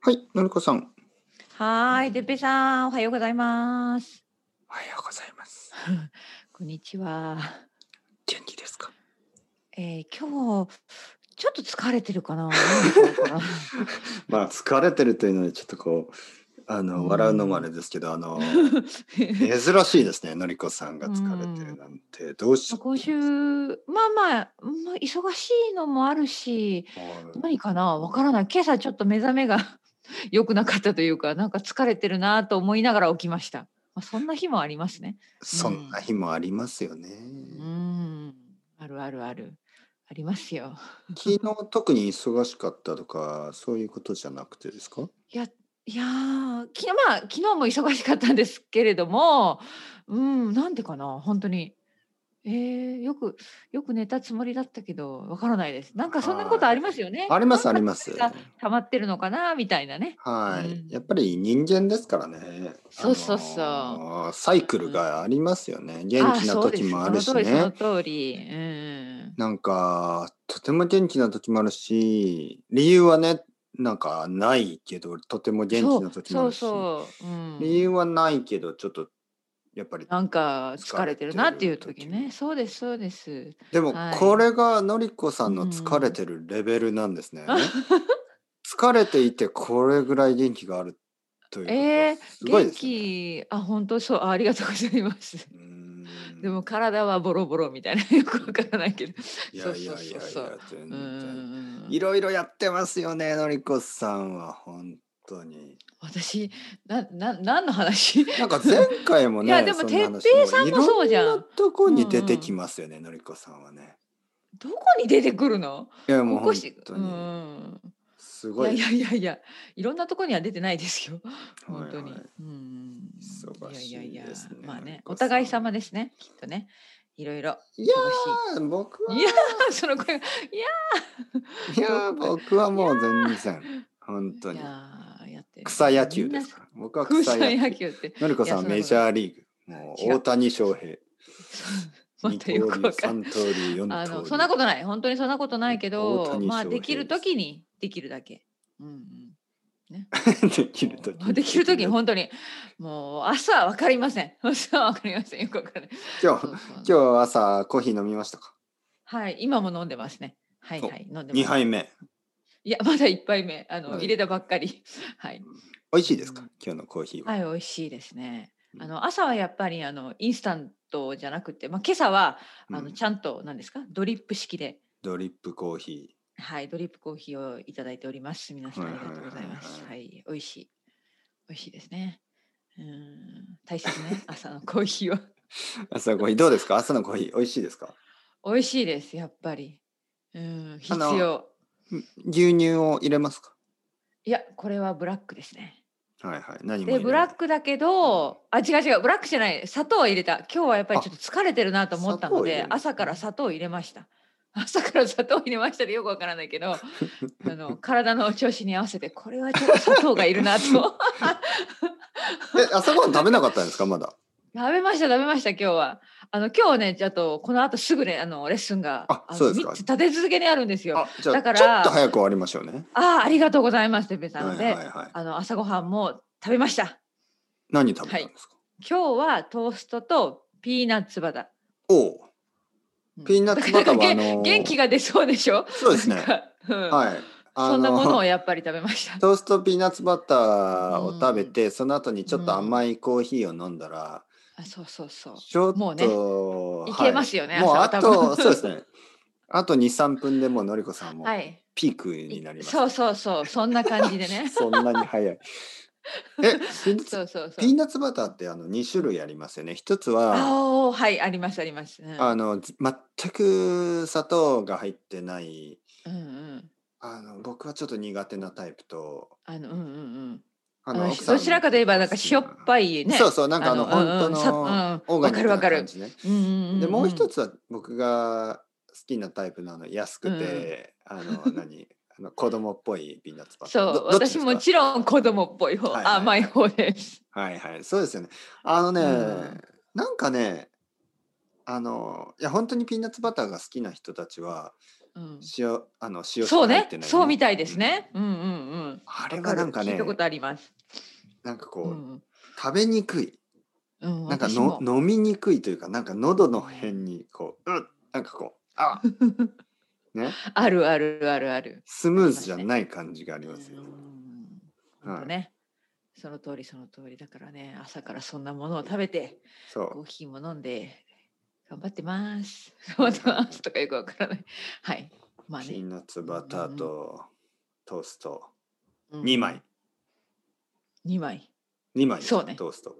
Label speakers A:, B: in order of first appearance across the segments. A: はい、のりこさん。
B: はーい、てっぺいさん、おはようございます。
A: おはようございます。
B: こんにちは。
A: 元気ですか。
B: えー、今日、ちょっと疲れてるかな。なんか
A: まあ、疲れてるというので、ちょっとこう。あ
B: う
A: の、
B: ん
A: 笑うのもあれですけど、あの。珍しいですね。のりこさんが疲れてるなんて、どうし。
B: 今週、まあまあ、まあ、忙しいのもあるし、
A: も
B: 何かな、わからない。今朝ちょっと目覚めが 良くなかったというか、なんか疲れてるなと思いながら起きました。まあ、そんな日もありますね。
A: うそんな日もありますよね。
B: うん、あるあるある。ありますよ。
A: 昨日特に忙しかったとか、そういうことじゃなくてですか。
B: いや、いやー、昨日、まあ、昨日も忙しかったんですけれども。うん、なんでかな、本当に。えー、よく、よく寝たつもりだったけど、わからないです。なんか、そんなことありますよね。
A: あります、
B: な
A: あ
B: んか
A: ります。
B: なんか溜まってるのかなみたいなね。
A: は
B: うん
A: い、やっぱり人間ですからね。
B: そうそうそう
A: あのーサイクルがありますよね。元
B: あー
A: 気な
B: そうで
A: 時
B: す
A: もあるし
B: その通り、その
A: ね。
B: 通り。うん。
A: なんかとても元気な時もあるし理由はねなんかないけどとても元気な時もあ
B: そう
A: るし
B: そうそう。うん。
A: 理由はないけどちょっとやっぱり
B: なんか疲れてるなっていう
A: 疲
B: 時
A: れてる
B: ね。そうです、そうです。
A: でも
B: はい
A: これがのりこさんの
B: うん
A: 疲れてるレベルなんですね。 疲れていてこれぐらい元気があるということ
B: えー
A: はすごいで
B: 元
A: すね。
B: 気、あ、本当そう、あありがとうございます。
A: うーん
B: でも体はボロボロみたいな よくわからないけど。
A: いやいやいやいや
B: そうそうそう
A: 全
B: う
A: 然
B: ん
A: いろいろやってますよねのりこさんは本当に。
B: 私なな何の話
A: なんか前回もね、
B: いやでも
A: そな話
B: 哲平さんもそうじゃん
A: いろんなとこに出てきますよね、のりこさんはね。
B: どこに出てくるの
A: いやもう
B: ここ
A: 本
B: し
A: 当
B: う
A: に
B: ん
A: す
B: い
A: ご
B: や
A: い
B: いやいやいやいろんなとこには出てないですよ本当
A: は
B: に、
A: いはい
B: うん
A: 忙しいですね
B: まあね
A: お子さん
B: お互い様ですねきっとねいろいろ
A: いやー僕はい
B: やーその声が
A: いやー僕はもう全然本当
B: い
A: に
B: やーやってる
A: 草野球ですから。僕は
B: みんな
A: 草
B: 草
A: 野球。
B: 野球って
A: のりこさんはい
B: や
A: メジャーリーグ、も
B: 違
A: う
B: う
A: 大谷翔平、
B: ま
A: 二
B: た
A: 刀
B: よく
A: 流、
B: わかんな
A: 三
B: い
A: 刀流、四
B: あ
A: 刀
B: の
A: 流。
B: そんなことない本当にそんなことないけ
A: 大
B: ど
A: 谷
B: まあ
A: 翔平
B: できる
A: です
B: 時にできるだけ、うんうん、
A: とできると
B: もうできる時に本当にもう朝は分かりません 朝は分かりませんよく分かん ない
A: 今
B: そう
A: 日
B: そう
A: 今日朝コーヒー飲みましたか。
B: はい今も飲んでますねはい
A: お
B: はい飲んでます
A: 二杯目。
B: いやまだ一杯目あの、
A: はい
B: 入れたばっかり はい
A: 美味しいですか
B: うん
A: 今日のコーヒーは。
B: はい美味しいですね
A: うん
B: あの朝はやっぱりあのインスタントじゃなくて、まあ、今朝はあ
A: う
B: の
A: ん
B: ちゃんと何ですかドリップ式で
A: ドリップコーヒ
B: はい、ドリップコーヒーをいただいております。皆さん
A: は
B: あ
A: いは
B: り
A: い
B: がとうございます。はい、美味しい。美味しいですね。うん、大切 ね、朝のコーヒーは。
A: ー。朝のコーヒーどうですか？朝のコーヒー美味しいですか？
B: 美味しいです、やっぱり。うん、必
A: あの
B: 要。
A: 牛乳を入れますか？
B: いや、これはブラックですね。
A: はいはい。何も
B: で、
A: 入れ
B: ブ
A: な
B: ラ
A: い
B: ックだけど、あ、違う違う、ブラックじゃない、砂糖を入れた。今日はやっぱりちょっと疲れてるなと思った
A: 砂
B: の
A: 糖を入れ
B: で
A: る、
B: 朝から砂糖を入れました。朝から砂糖を入れましたでよくわからないけど あの体の調子に合わせてこれはちょっと砂糖がいるなと
A: え朝ごはん食べなかったんですかまだ？
B: 食べました食べました今日はあの今日ねちょっとこの後すぐねあのレッスンが
A: あ
B: の
A: そうですか
B: 三つ立て続けにあるんです よあ
A: あじゃあ
B: だから
A: ちょっと早く終わりましょうね。
B: あーありがとうございますてっぺいさん
A: は
B: の
A: い
B: で、
A: はいはい。
B: あの朝ごはんも食べました
A: 何食べたんですか？
B: 今日はトーストとピーナッツバター
A: おおう。
B: うん
A: ピーナッツバターはあ
B: だから
A: のー
B: げ 元気が出そうでしょ
A: そうですね
B: なん。かう ん
A: はい。あ
B: そんなものを
A: の
B: やっぱり食べました
A: トーストピーナッツバターを食べて、その後にちょっと甘いコーヒーを飲んだら、
B: あそうそうそう
A: ちょっと
B: もうね
A: い
B: いけますよね
A: もうあ
B: 朝は多
A: と
B: 分
A: そうですね。あと二三分でもうのりこさんも
B: はい
A: ピークになります。
B: そうそうそうそんな感じでね
A: そんなに早い。え、 ピーナッツ
B: そうそうそ
A: ピー
B: う
A: ナッツバターってあの二種類ありますよね。一つ
B: あ
A: は
B: おーはいありますあります、うん
A: あのず全く砂糖が入ってない。
B: うんうん
A: あの僕はちょっと苦手なタイプと。
B: あのうんうんうん
A: あ
B: あの
A: 奥さん
B: どちらかといえばなんか塩っぱいね
A: そうそうなんかあの
B: あのう
A: 本当
B: んうん
A: の
B: さうん
A: オーガニック
B: わ
A: な
B: かるわかる
A: 感じね。
B: うんうんんん
A: でもう一つは僕が好きなタイプなの安くて、あの何 あの子供っぽいピーナッツバタ
B: そ
A: ー。
B: う
A: どどっちです
B: 私
A: か
B: もちろん子供っぽい方、
A: はいはい
B: 甘い方です
A: はいはいそうですよね。あのね、
B: うん
A: なんかねあのいや本当にピーナッツバターが好きな人たちは
B: うん、
A: 塩あの塩し
B: そ
A: か
B: う
A: 入っ
B: ね
A: てない、
B: そうみたいですね。うんうんうん。
A: あれはなんか
B: 聞
A: ね
B: いたことあります。
A: なんかこ
B: う
A: う、
B: ん
A: 食べにくい
B: うん。
A: なんか
B: 私
A: の
B: も
A: 飲みにくいというかなんか喉の辺にこううっなんかこうあね
B: あるあるあるある。
A: スムーズじゃない感じがありますよ
B: う
A: ね。
B: ん
A: はい
B: ほんとね。その通りその通りだからね朝からそんなものを食べて
A: そ
B: コーヒーも飲んで頑張ってます 頑張ってますとかよくわからないはいま
A: う
B: あ
A: ピー
B: ね、
A: ナッツバターとトースト
B: うん
A: 2枚
B: 2枚
A: 2枚
B: そうね
A: トースト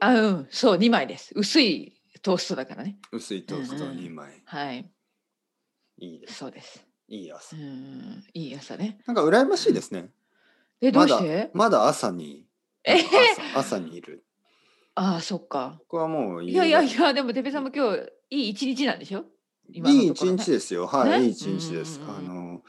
B: あうんそう2枚です薄いトーストだからね
A: 薄いトースト
B: うんうん
A: 2枚
B: はい
A: いいです
B: そうです
A: いい朝
B: うんいい朝ね
A: なんか羨ましいですね
B: えど
A: ま
B: うし
A: だ
B: て
A: まだ朝に
B: え
A: 朝朝にいる
B: ああそっか
A: ここはもう
B: いやいやい
A: 夕
B: やでもてぺさんも今日いい一日なんでしょ
A: 方
B: 今
A: いい
B: の
A: 一
B: ところね
A: 日ですよはい、
B: ね
A: いい一日です
B: うんうん
A: あ
B: うん
A: の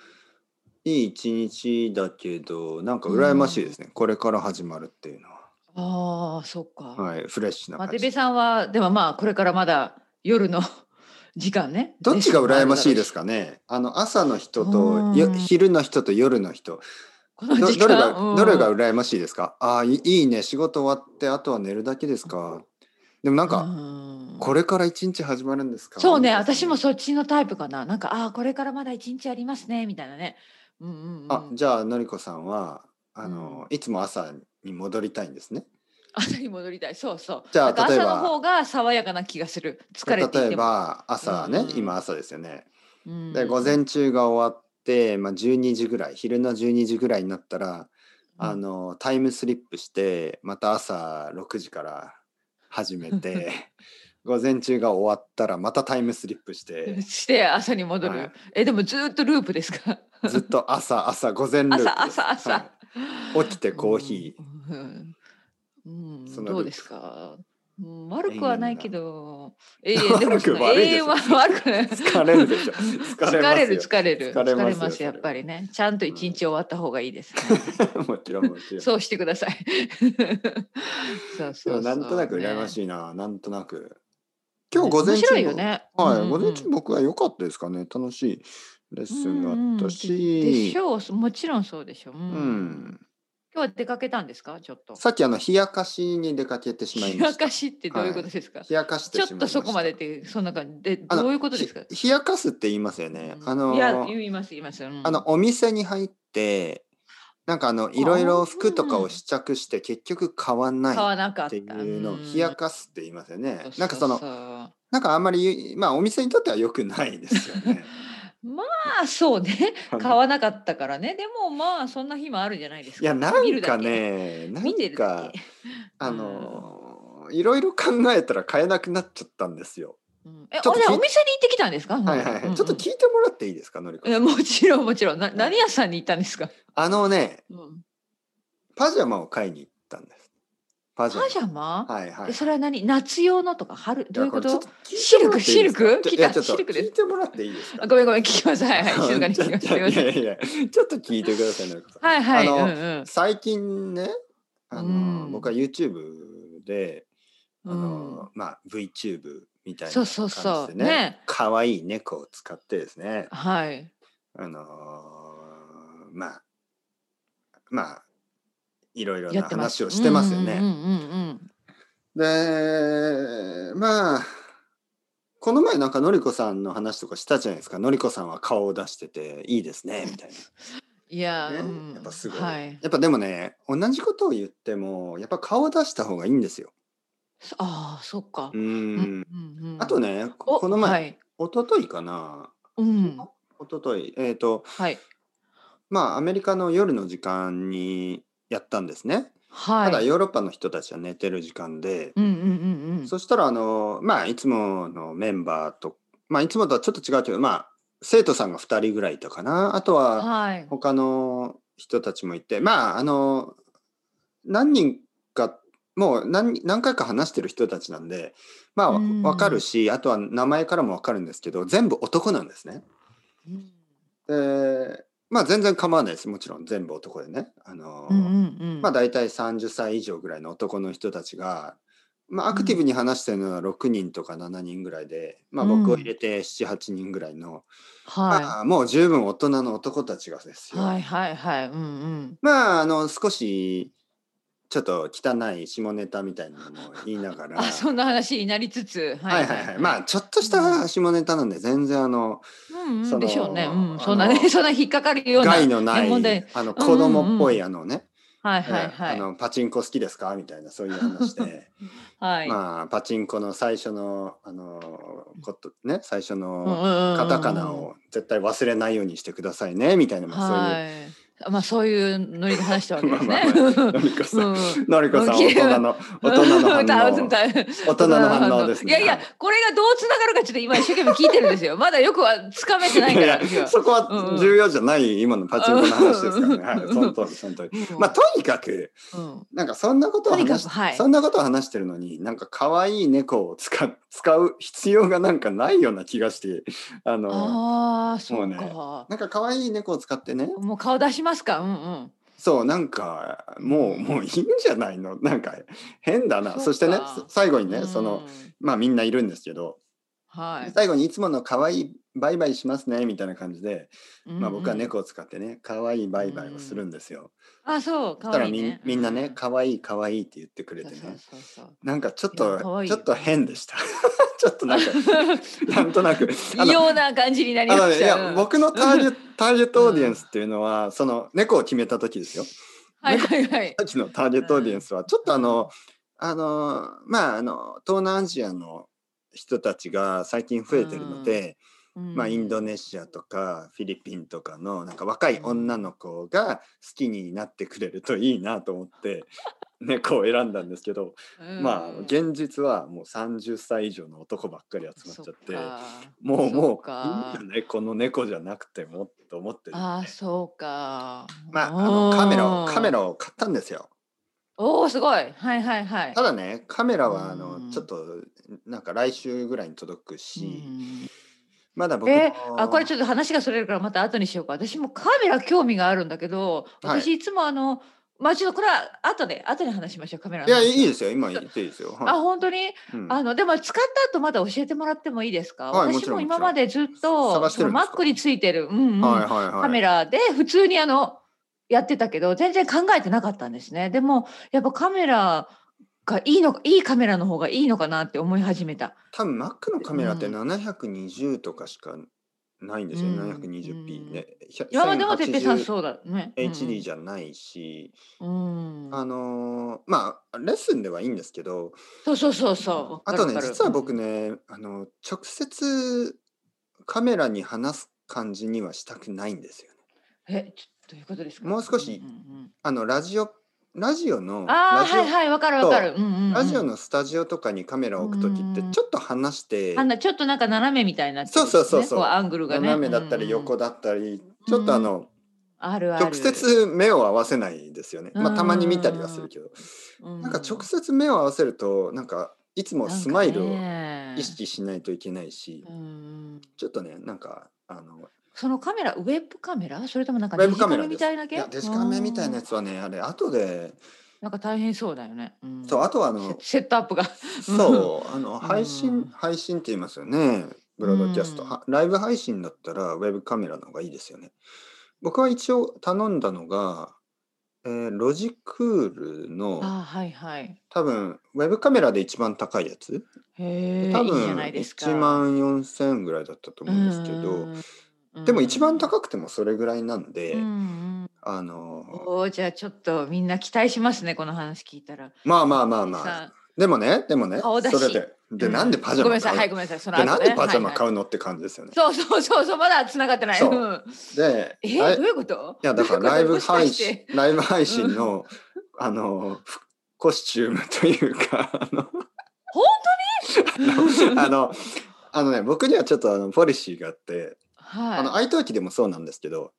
A: いい一日だけどなんか羨ましいですね、これから始まるっていうのは
B: ああそっか、
A: はいフレッシュな
B: まあ、
A: 感
B: て
A: じ
B: べさんはでもまあこれからまだ夜の時間ね
A: どっちが羨ましいです
B: か
A: かねあの朝の人
B: う
A: と
B: ん
A: よ昼の人と夜の人
B: この
A: ど
B: 時
A: ど
B: 間
A: れが
B: うん
A: どれが羨ましいですかああいいいね仕事終わってあとは寝るだけですかでもなん
B: う
A: か
B: ん
A: これから一日始まるんですか
B: そう
A: みた
B: ね
A: いな
B: 私もそっちのタイプかななんかああこれからまだ一日ありますねみたいなねうんうん、うん、
A: あじゃあのりこさんはあの、いつも朝に戻りたいんですね
B: 朝に戻りたいそうそう
A: じゃあ
B: なんか
A: 例え
B: 朝
A: ば
B: の方が爽やかな気がする疲れてい
A: 例
B: て
A: え
B: も、
A: ば朝ね、
B: うんうん
A: 今朝ですよね
B: うん
A: で午前中が終わって、まあ、12時ぐらい昼の12時ぐらいになったらあのタイムスリップしてまた朝6時から始めて 午前中が終わったらまたタイムスリップし
B: うん
A: て
B: して朝に戻る、
A: はい
B: えでもずーっとループですか
A: ずっと朝朝午前ループです
B: 朝朝朝、
A: はい起きてコーヒ
B: ー。うんうん
A: その
B: ど
A: ループ
B: うですか。うん悪くはないけど、ええでも
A: 悪く
B: その
A: 悪いで
B: 永
A: しょ
B: 遠は悪くない。
A: 疲れるでしょ疲れます
B: 疲れ
A: よ
B: る疲れる
A: 疲れますよ
B: 疲れますやっぱりねちゃんと一日終わった方がいいです、
A: もちろんもちろん
B: そうしてくだ さい
A: で
B: そうそうそ
A: も
B: う
A: なんとなく羨ま
B: い
A: しいな、なんとなく今日午前中
B: 面白いよね
A: はい、
B: うんうん
A: 午前中僕は良かったですかね楽しいレッスンがあったし、
B: うんうんでしょうもちろんそうでしょう、うん
A: うん
B: 今日は出かけたんですかちょっと
A: さっきあの冷やかしに出かけてしまい
B: 冷
A: ま
B: や
A: した
B: かしってどういうことですか、
A: 冷やかして
B: ち
A: し
B: ょ
A: ま
B: っ
A: いました
B: とそこまでってそんな感じで
A: あの
B: どういうことですか
A: ひ冷やかすって言いますよね、
B: うん
A: あの
B: いや言います言います、うん
A: あのお店に入ってなんかあのいろいろ服とかを試着して結局買わない
B: 買わなかっ
A: ったていうのを冷やかすって言いますよ
B: う
A: ね
B: んうう
A: なんかその
B: う
A: なんかあんまりまあお店にとっては良くないですよ ね
B: まあそうね
A: あの
B: 買わなかったからねでもまあそんな日もあるじゃないです か
A: いやな
B: 見
A: ん
B: るだ
A: か
B: け
A: ねな
B: 見て
A: ん
B: る
A: か
B: だけ、
A: あのいろいろ考えたら買えなくなっちゃったんですよ。
B: うん、え
A: ちょっ
B: お
A: と
B: じゃあ
A: 聞い
B: お店に行ってきたんですか
A: はいはいはい。
B: うんうん
A: ちょっと聞いてもらっていいですか、のりこさ
B: いや
A: ん。
B: もちろんもちろんな何屋さんに行ったんですか、
A: あのね、
B: うん、
A: パジャマを買いに行ったんです。パジャマ。
B: パジャマ、
A: はいはい。
B: えそれは何夏用のとか春どういうこ
A: や
B: と
A: れちょっと聞いてもらっていいですかちょ
B: シルクシルク
A: いや
B: 来た
A: ちょっと
B: シルクで
A: 聞
B: す
A: いてもらっていいですか。
B: あごめんごめん聞きますはいはい静かに聞きますす
A: い
B: い
A: や
B: ま
A: い
B: せん
A: やいや、ちょっと聞いてください、のりこさん。
B: はいはい
A: あの
B: うん
A: 最近ね、あの、
B: うん
A: 僕は YouTube で、あ
B: うん、うん
A: の、まあ VTube みたいな
B: そ
A: 感
B: う
A: じ
B: そうそう
A: でね、
B: ね
A: 可愛い猫を使ってですね、
B: はい
A: あのーまあまあいろいろな話をしてますよ
B: うんう
A: ね。
B: んうんうんうん
A: でまあこの前なんかのりこさんの話とかしたじゃないですかのりこさんは顔を出してていいですねみたい
B: い
A: な、
B: や、
A: ね
B: うん
A: やっぱすごい、
B: はい。
A: やっぱでもね同じことを言ってもやっぱ顔を出した方がいいんですよ。
B: そああ、そっか
A: う。ん
B: うんうん
A: あと、ね
B: お
A: ここの前、
B: はい、
A: 一昨日かな
B: うん、
A: 一昨日えっ、と
B: はい、
A: まあアメリカの夜の時間にやったんですね。
B: はい。
A: ただヨーロッパの人たちは寝てる時間で、
B: うんうんうんうん。
A: そしたらあのまあいつものメンバーとまあいつもとはちょっと違うけどまあ生徒さんが2人ぐらいいたかなあとは
B: はい。
A: 他の人たちもいてまああの何人かもう何何回か話してる人たちなんでまあ
B: うん
A: 分かるしあとは名前からも分かるんですけど全部男なんですね。
B: うん
A: でまあ全然構わないですもちろん全部男でね。あの
B: うんうんうん。
A: まあ、大体30歳以上ぐらいの男の人たちがまあ、アクティブに話してるのは6人とか7人ぐらいで、まあ、僕を入れて78人ぐらいの、
B: は
A: まあ、もう十分大人の男たちがです
B: い。
A: よ、
B: はいはいはい。うんうん。
A: まああの少しちょっと汚い下ネタみたいなのも言いながら
B: あ、そんな話になりつつ。
A: はいはいはい、まあちょっとした下ネタなんで全然あの
B: うんう
A: そ
B: ん
A: の
B: でしょうね。う
A: あ
B: ん、
A: の
B: そんなね、 そんな引っかかるような。
A: 害のな
B: ね
A: い
B: 問題
A: あの子供っぽいあのね
B: はい
A: え
B: はい
A: ー
B: は
A: あ
B: い。
A: のパチンコ好きですかみたいなそういう話で
B: はい。
A: まあパチンコの最初のあのことね最初のカ
B: カ
A: タカナを絶対忘れないようにしてくださいねみたいなまあそういう
B: はい。まあそういうノリで話したわけですね。
A: まあまあのりこさん
B: う
A: のりこさん大人の大人 の反応大人の反応ですね
B: いやいや、これがどうつながるかちょっと今一生懸命聞いてるんですよ。ま だよくはつかめてないか
A: い
B: ら
A: や。いやそこ
B: うんう
A: は
B: ん
A: 重要じゃない今のパチンコの話ですからね、
B: うん
A: はい、その通りその通り
B: うん
A: まあとにかく
B: うん
A: なんかそんなことを
B: とにか
A: 話し、
B: くはい
A: そんなことを話してるのになんか可愛い猫を使う使う必要がなんかないような気がしてあの
B: ああ、そ
A: もう
B: う
A: ね
B: か。
A: なんか可愛い猫を使ってね
B: もう顔出しますか。うん
A: そうなんかもうもういいんじゃないの なんか変だな
B: そ
A: そ
B: うか
A: してねそ最後に
B: うん。
A: ね、その
B: うん。
A: まあみんないるんですけど、
B: はい。
A: 最後にいつもの可愛いバイバイしますねみたいな感じで、まあ、僕は
B: うんうん。
A: 猫を使ってね可愛いバイバイをするんですよ。
B: あ、そう。
A: そ
B: か
A: した
B: わ
A: ら
B: いい
A: みん
B: ね。
A: みんなね
B: う
A: 可愛い可愛いって言ってくれ
B: そう
A: てね
B: そうそう
A: なんかちょっ
B: いや可
A: と
B: 愛い
A: ちょっと変でした ちょっとなん かなんとなく
B: そ う
A: あ
B: 異
A: の
B: 様な感じになりま
A: あのね
B: し
A: い
B: た。
A: や
B: うん
A: 僕のターゲットターゲットオーディエンスっていうのはその猫を決めた時ですよ
B: はいはいはい。
A: たちのターゲットオーディエンスはちょっとあのあのまああの東南アジアの人たちが最近増えてるので、まあ、インドネシアとかフィリピンとかのなんか若い女の子が好きになってくれるといいなと思 って猫を選んだんですけど、
B: うん
A: まあ現実はもう30歳以上の男ばっかり集まっちゃって
B: て。
A: もう
B: そ
A: も
B: っ
A: ういい
B: か
A: んじゃないこの猫じゃなくてもっと思ってる
B: ああそうか。
A: まああのカメラ
B: う
A: を
B: ん
A: カメ。ラを買ったんですよ
B: おおすごい。はいはいはい
A: た。だねカメラはあ
B: う
A: の
B: ん
A: ちょっとなんか来週ぐらいに届く
B: う
A: し
B: ん
A: まだ僕
B: えあこれち
A: ょっ
B: ょっと話がそれるからまた後にしようか私もカメラ興味があるんだけど
A: はい
B: 私いつもあの、まあちょっとこれは後で後で話しましょうカメラ
A: い
B: の
A: や
B: 話
A: いいですよ今言っていいですよ
B: あ
A: は
B: 本当に、
A: いうん
B: あのでも使った後まだ教えてもらってもいいですか、
A: はいもち
B: 私
A: ろんもちろ
B: も
A: ん
B: 今までずっ
A: 探
B: と
A: してるんですか
B: マックについてる、うんうん
A: はいはいはい
B: カメラで普通にあのやってたけど全然考えてなかったんですねでもやっぱカメラがいいのいいカメラの方がいいのかなって思い始めた
A: 多分 Mac のカメラって
B: うん
A: 720とかしかないんですよ、
B: うん
A: 720p で、
B: 今までも哲平さんそうだね
A: HD
B: ゃ
A: じゃないし、
B: うん、
A: あのーまあレッスンではいいんですけど
B: そうそうそうそうわ
A: あ
B: かる
A: と
B: わ
A: ね
B: かる
A: 実は僕ねあの直接カメラに話す感じにはしたくないんですよね。
B: えちょどういうことですか
A: もう少し
B: んん
A: あのラジオラジオの
B: うんああ
A: ラジオ,、
B: はいはいわかるわかる、うんうんうん
A: ラジオのスタジオとかにカメラを置く時って
B: うん
A: ちょっと話して、
B: あんなちょっとなんか斜めみたいになってるんです
A: そうそうそうそう
B: こアングルがね
A: 斜めだったり横
B: うん
A: だったり、ちょっとあの、
B: あるある
A: 直接目を合わせないですよね。まあ、たまに見たりはするけど、な
B: な
A: んか直接目を合わせるとなんかいつもスマイルを意識しないといけないし、
B: うん
A: ちょっとねなんかあの
B: そのカメラウェブカメラそれともなんか
A: ウェ
B: デ
A: ブ
B: ジ
A: カ
B: カ
A: メ
B: メ
A: ラ
B: み
A: で
B: たいな
A: す。い
B: 系
A: やデジカメみたいなやつはねあれ後で
B: うんなんか大変そうだよね、うん
A: そうあとはあの
B: セセットアップが
A: そうあの配信、
B: うん
A: 配信って言いますよねブロードキャスト、
B: うん
A: はライブ配信だったらウェブカメラの方がいいですよね僕は一応頼んだのが、えーロジクールの
B: あはいはい
A: 多分ウェブカメラで一番高いやつ
B: へえ
A: 多
B: いいじゃ
A: 分
B: ないですか
A: 1万4000円ぐらいだったと思うんですけど
B: ど
A: でも一番高くてもそれぐらいなんで、
B: うんうん
A: あの
B: おーじゃあちょっとみんな期待しますねこの話聞いたら
A: まあまあまあま
B: さ
A: あでもねでもね
B: 顔だし
A: それでで
B: うん
A: なんでパジャ
B: ごめん
A: マ
B: なさ
A: 買
B: いうはい
A: の
B: ごめんなさいその
A: で
B: 後
A: なんでパジャマ
B: う
A: 買うのって感じですよね。
B: そうそうそうそうまだ繋がってない
A: そうんで
B: え
A: ライ
B: どういうこと
A: いやだからライブ配 信
B: もしかして
A: ライブ配信のあのふコスチュームというかあのあのあのね僕にはちょっとあのポリシーがあって
B: はい
A: あの愛登記でもそうなんですけど、
B: うん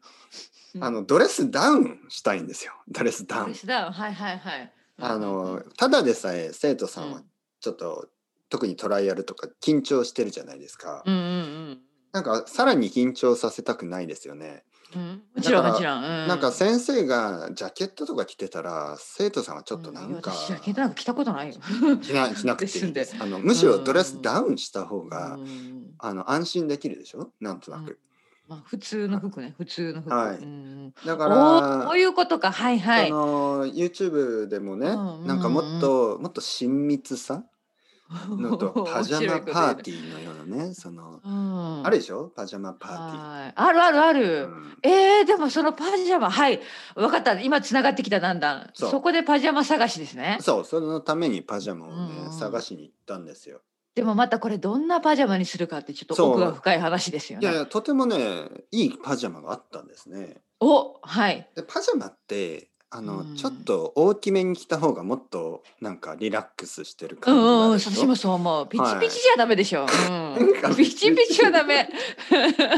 A: あのドレスダウンしたいんですよドレスダウン
B: 吉田はいはいはい
A: あ
B: うんう
A: の
B: ん
A: ただでさえ生徒さん
B: う
A: は
B: ん
A: ちょっと、特にトライアルとか緊張してるじゃないですか、
B: うんうんうん
A: なんかさらに緊張させたくないですよね
B: うん、もちろん
A: だから
B: もちろん、うん、
A: なんか先生がジャケットとか着てたら生徒さんはちょっとなんか
B: うんいや私ジャケットなんか着たことないよ
A: しなしなくていい
B: で
A: ですすあのむしろドレスダウンした方が、
B: うん
A: あの安心できるでしょなんとなく、
B: まあ、普通の服ね普通の服、
A: はい
B: うん、
A: だ
B: お
A: か
B: ーこう
A: ら
B: いうことかはいはい
A: その YouTube でもね、
B: うん
A: なんかもっともっと親密さの とパジャマパーテ
B: ィー、
A: ィーのようなねその、
B: うん、
A: あるでしょパジャマパーティー。
B: はいあるあるある、
A: うん
B: えー、でもそのパジャマはい分かった今つながってきただんだん
A: そ
B: そうこでパジャマ探しですね
A: そうそれのためにパジャマをね、
B: うんうん
A: 探しに行ったんですよ。
B: でもまたこれどんなパジャマにするかってちょっと
A: そう
B: 奥が深い話ですよ
A: いやい
B: ね
A: やとてもねいいパジャマがあったんですね。
B: おはい
A: でパジャマってあの、
B: うん
A: ちょっと大きめに着た方がもっとなんかリラックスしてる
B: う
A: 感
B: ん
A: じが
B: うん
A: あ
B: う
A: る
B: ん
A: でしょ
B: 私もそう思うピチ
A: はい
B: ピチじゃダメでしょ、
A: な
B: うんん、
A: か
B: ピチピチはダメ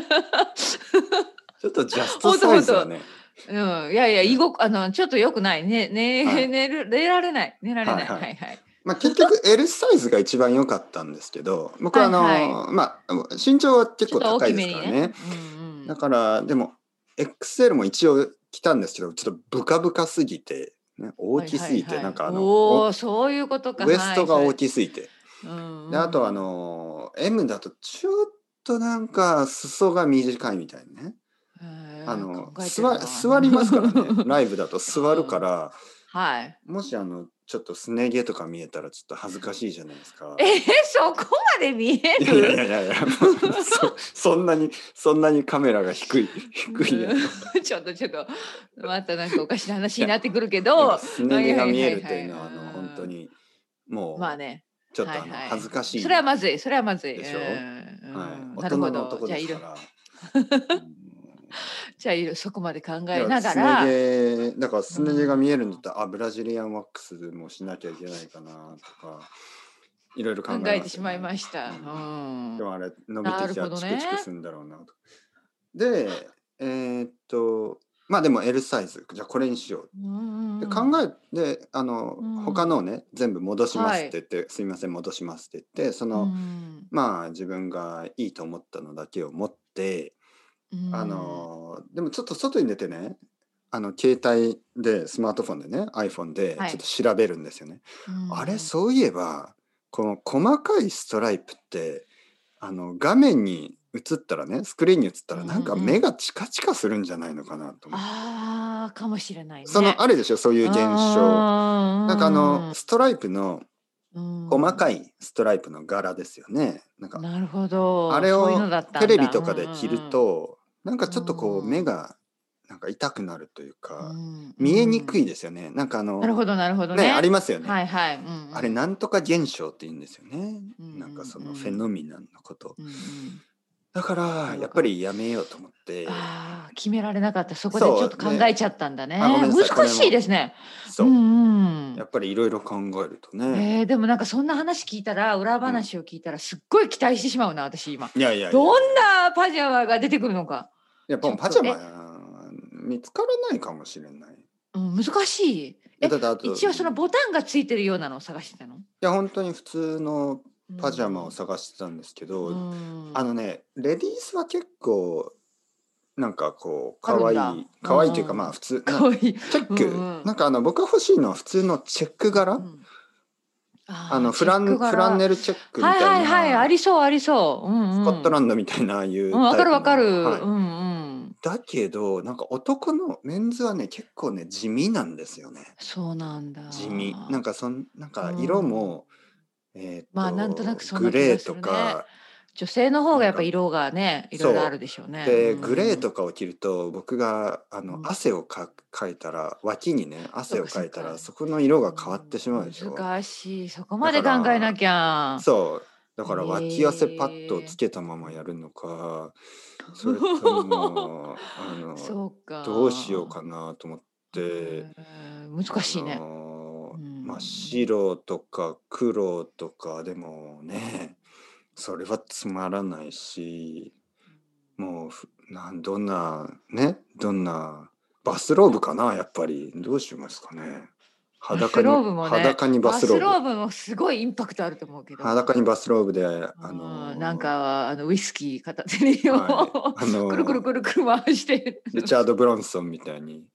A: ちょっとジャストサイズはね
B: うん、いやいや、居心あの、ちょっと良くない。ね、ね、
A: はい
B: 寝る、寝られない。寝られない。
A: は
B: はいい
A: は
B: はいい。
A: まあ、結 局 L サイズが一番良かったんですけど僕はあの、
B: はい
A: まあ身長は結
B: ちょ
A: 構
B: っと
A: 高
B: 大
A: い
B: き
A: で
B: め
A: すから
B: に
A: ね
B: ね。うんう
A: だ
B: ん。
A: からでも XL も一応着たんですけどちょっとブカブカすぎて、ね、大きすぎて、
B: はいはいはい
A: なんかあの
B: お
A: お
B: お、そういうことか。
A: ウエストが大
B: い。
A: きすぎて、
B: うんうん
A: であとあ。の M だとちょっとなんか裾が短いみたいなね。
B: へー
A: あの
B: 考えてる
A: 座
B: な
A: 座りますから ねライブだと座るから、
B: はい。
A: もしあのちょっとすね毛とか見えたらちょっと恥ずかしいじゃないですか。
B: えー、そこまで見え
A: いやいやい
B: る。
A: やいやい やそそんなにそんなにカメラが低い低いやつ
B: うん ちょっとちょっとまたなんかおかしな話
A: いや
B: になってくるけ
A: だから
B: ど
A: すね毛が見えるというのはあ
B: はいはいは
A: の
B: いはい
A: 本当にも
B: まあ
A: う
B: ね
A: ちょっとあの
B: はいはい
A: 恥ずかしい
B: それはまずいそれはまずい
A: でしょ
B: うん
A: はい
B: うん
A: 大
B: な
A: 人
B: るほ
A: の
B: ど
A: 男
B: じゃあ
A: で
B: い
A: す
B: ろ
A: から
B: じゃあいろそこまで考
A: うん
B: え
A: いや
B: ながら
A: すね毛だからすね毛が見えるんだったらあブラジリアンワックスもしなきゃいけないかなとかいろいろ考
B: 考
A: え
B: えてしまい
A: し
B: ました。うん
A: でもあれ伸びてきた
B: なるほ
A: ら
B: ど
A: チ
B: ね
A: クチクするんだろうなとか。でえーっとまあでも L サイズじゃあこれにしよう
B: うん
A: で
B: うん
A: 考えてあの、
B: うん
A: 他のをね全部戻しますって言って「すみません戻します」って言ってその、
B: うん
A: まあ自分がいいと思ったのだけを持って、
B: うん
A: あのでもちょっと外に出てねあの携帯でスマートフォンでね iPhone でちょ
B: は
A: っ
B: い
A: と調べるんですよね。
B: うん
A: あれそういえばこの細かいストライプってあの画面に映ったらねスクリーンに映ったらなんか
B: うんうん
A: 目がチカチカするんじゃないのかなと思って、
B: あーかもしれないね。
A: そのあるでしょそういう現象。
B: 象
A: なんかあのストライプの細か
B: い
A: いストライプの柄ですよね。なんか
B: なるほど
A: あれを
B: そういうのだったんだ
A: テレビとかで着る
B: うん
A: となんかちょっとこう
B: うん
A: 目がなんか痛くなるという
B: う
A: か
B: んうん
A: 見えにくいですよね。なんかあの
B: なるほどなるほどね。
A: ねありますよ
B: は
A: ね。
B: いはい。うんうん
A: あれなんとか現象って言うんですよね。
B: うん
A: なんかそのフェノミナンのこと
B: う。んうん
A: だからやっぱりやめようと思って。
B: あー決められなかったそこでち
A: そう
B: ょっと考えちゃったんだね。
A: ねあごめんなさいこれ
B: 難
A: も
B: しいですね。
A: そううん
B: うん、
A: やっぱりいろいろ考えるとね。
B: えーでもなんかそんな話聞いたら裏話を聞いたらすっごい期待してしまうな私今
A: いやいやいや
B: どんなパジャマが出てくるのか、
A: やっぱもうパジャマ見つからないかもしれない。
B: うん、難しいえ
A: だってあと
B: 一応そのボタンがついてるようなのを探してたの
A: いや本当に普通のパジャマを
B: す
A: 探してたんですけど、
B: うん
A: あのねレディースは結構なんかこう可
B: あるんだ
A: 愛い可愛いというか
B: うん
A: まあ普 通
B: かわいい、
A: チェック、
B: うんうん
A: なんかあの僕が欲しいのは普通のチェック柄、
B: うんあー
A: あのフラ
B: チェッ
A: ン
B: ク柄
A: フランネルチェックみたいな、
B: はいはいはいありそうありそう、うんう
A: ス
B: ん、
A: コットラ
B: ン
A: ンドみたいなああいうタイ
B: ド
A: プ
B: うん、
A: の
B: わかるわかる、
A: はい
B: うんうん
A: だけどなんか男のメンズはね結構ね地味なんですよね
B: そうなんだ
A: 地味なん
B: か
A: かそんなんか色も、えーっと
B: まあなんとなくそん
A: グ
B: な気が
A: レー
B: す
A: と
B: るね
A: か
B: 女性の方がやっぱ色がねいろ
A: そ
B: いろ
A: う
B: あるでしょうね
A: で
B: うん
A: グレーとかを着ると僕があの
B: うん
A: 汗をかかいたら脇にね汗をかいた
B: そっ
A: ら
B: か
A: そこの色が変わってしまうでしょ
B: 難しいそこまで考えなきゃ
A: そうだから
B: へー
A: 脇汗パッドをつけたままやるの かそれともあの
B: そうか
A: どうしようかなと思って
B: えー難しい
A: あ
B: ね
A: の
B: うん
A: まあ白とか黒とかでもねそれはつまらないしもうふなんどんなねどんなバスローブかなやっぱりどうしますかね裸に
B: バスローブもね
A: 裸にバスローブ
B: バスローブもすごいインパクトあると思うけど。
A: 裸にバスローブで、
B: うん
A: あのー
B: なんかあのウイスキー片手に、
A: はいあのー
B: くるくるくるくる回して。
A: リチャード・ブロンソンみたいに。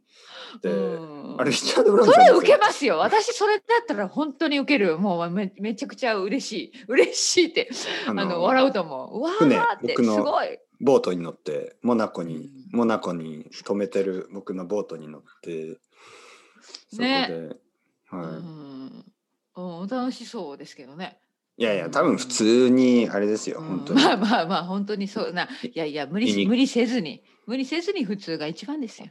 A: で、
B: うん
A: あれリチャード・ブロンソ
B: そ
A: ン
B: れ受けますよ。私それだったら本当に受ける。もうめめちゃくちゃ嬉しい。嬉しいって
A: あ
B: あの
A: の
B: 笑うと思う。うわ
A: 船
B: ーってす
A: 僕の
B: ごい。
A: ボートに乗ってモナコに、
B: う
A: モナコに止めてる僕のボートに乗ってそこで、
B: ね
A: はい
B: うんうん、楽しそうですけどね。
A: いやいや多分普通にあれですよ、
B: うん
A: 本当に、
B: まあまあまあ本当にそうな。いやいや無理
A: いい
B: し無理せずに無理せずに普通が一番ですよ。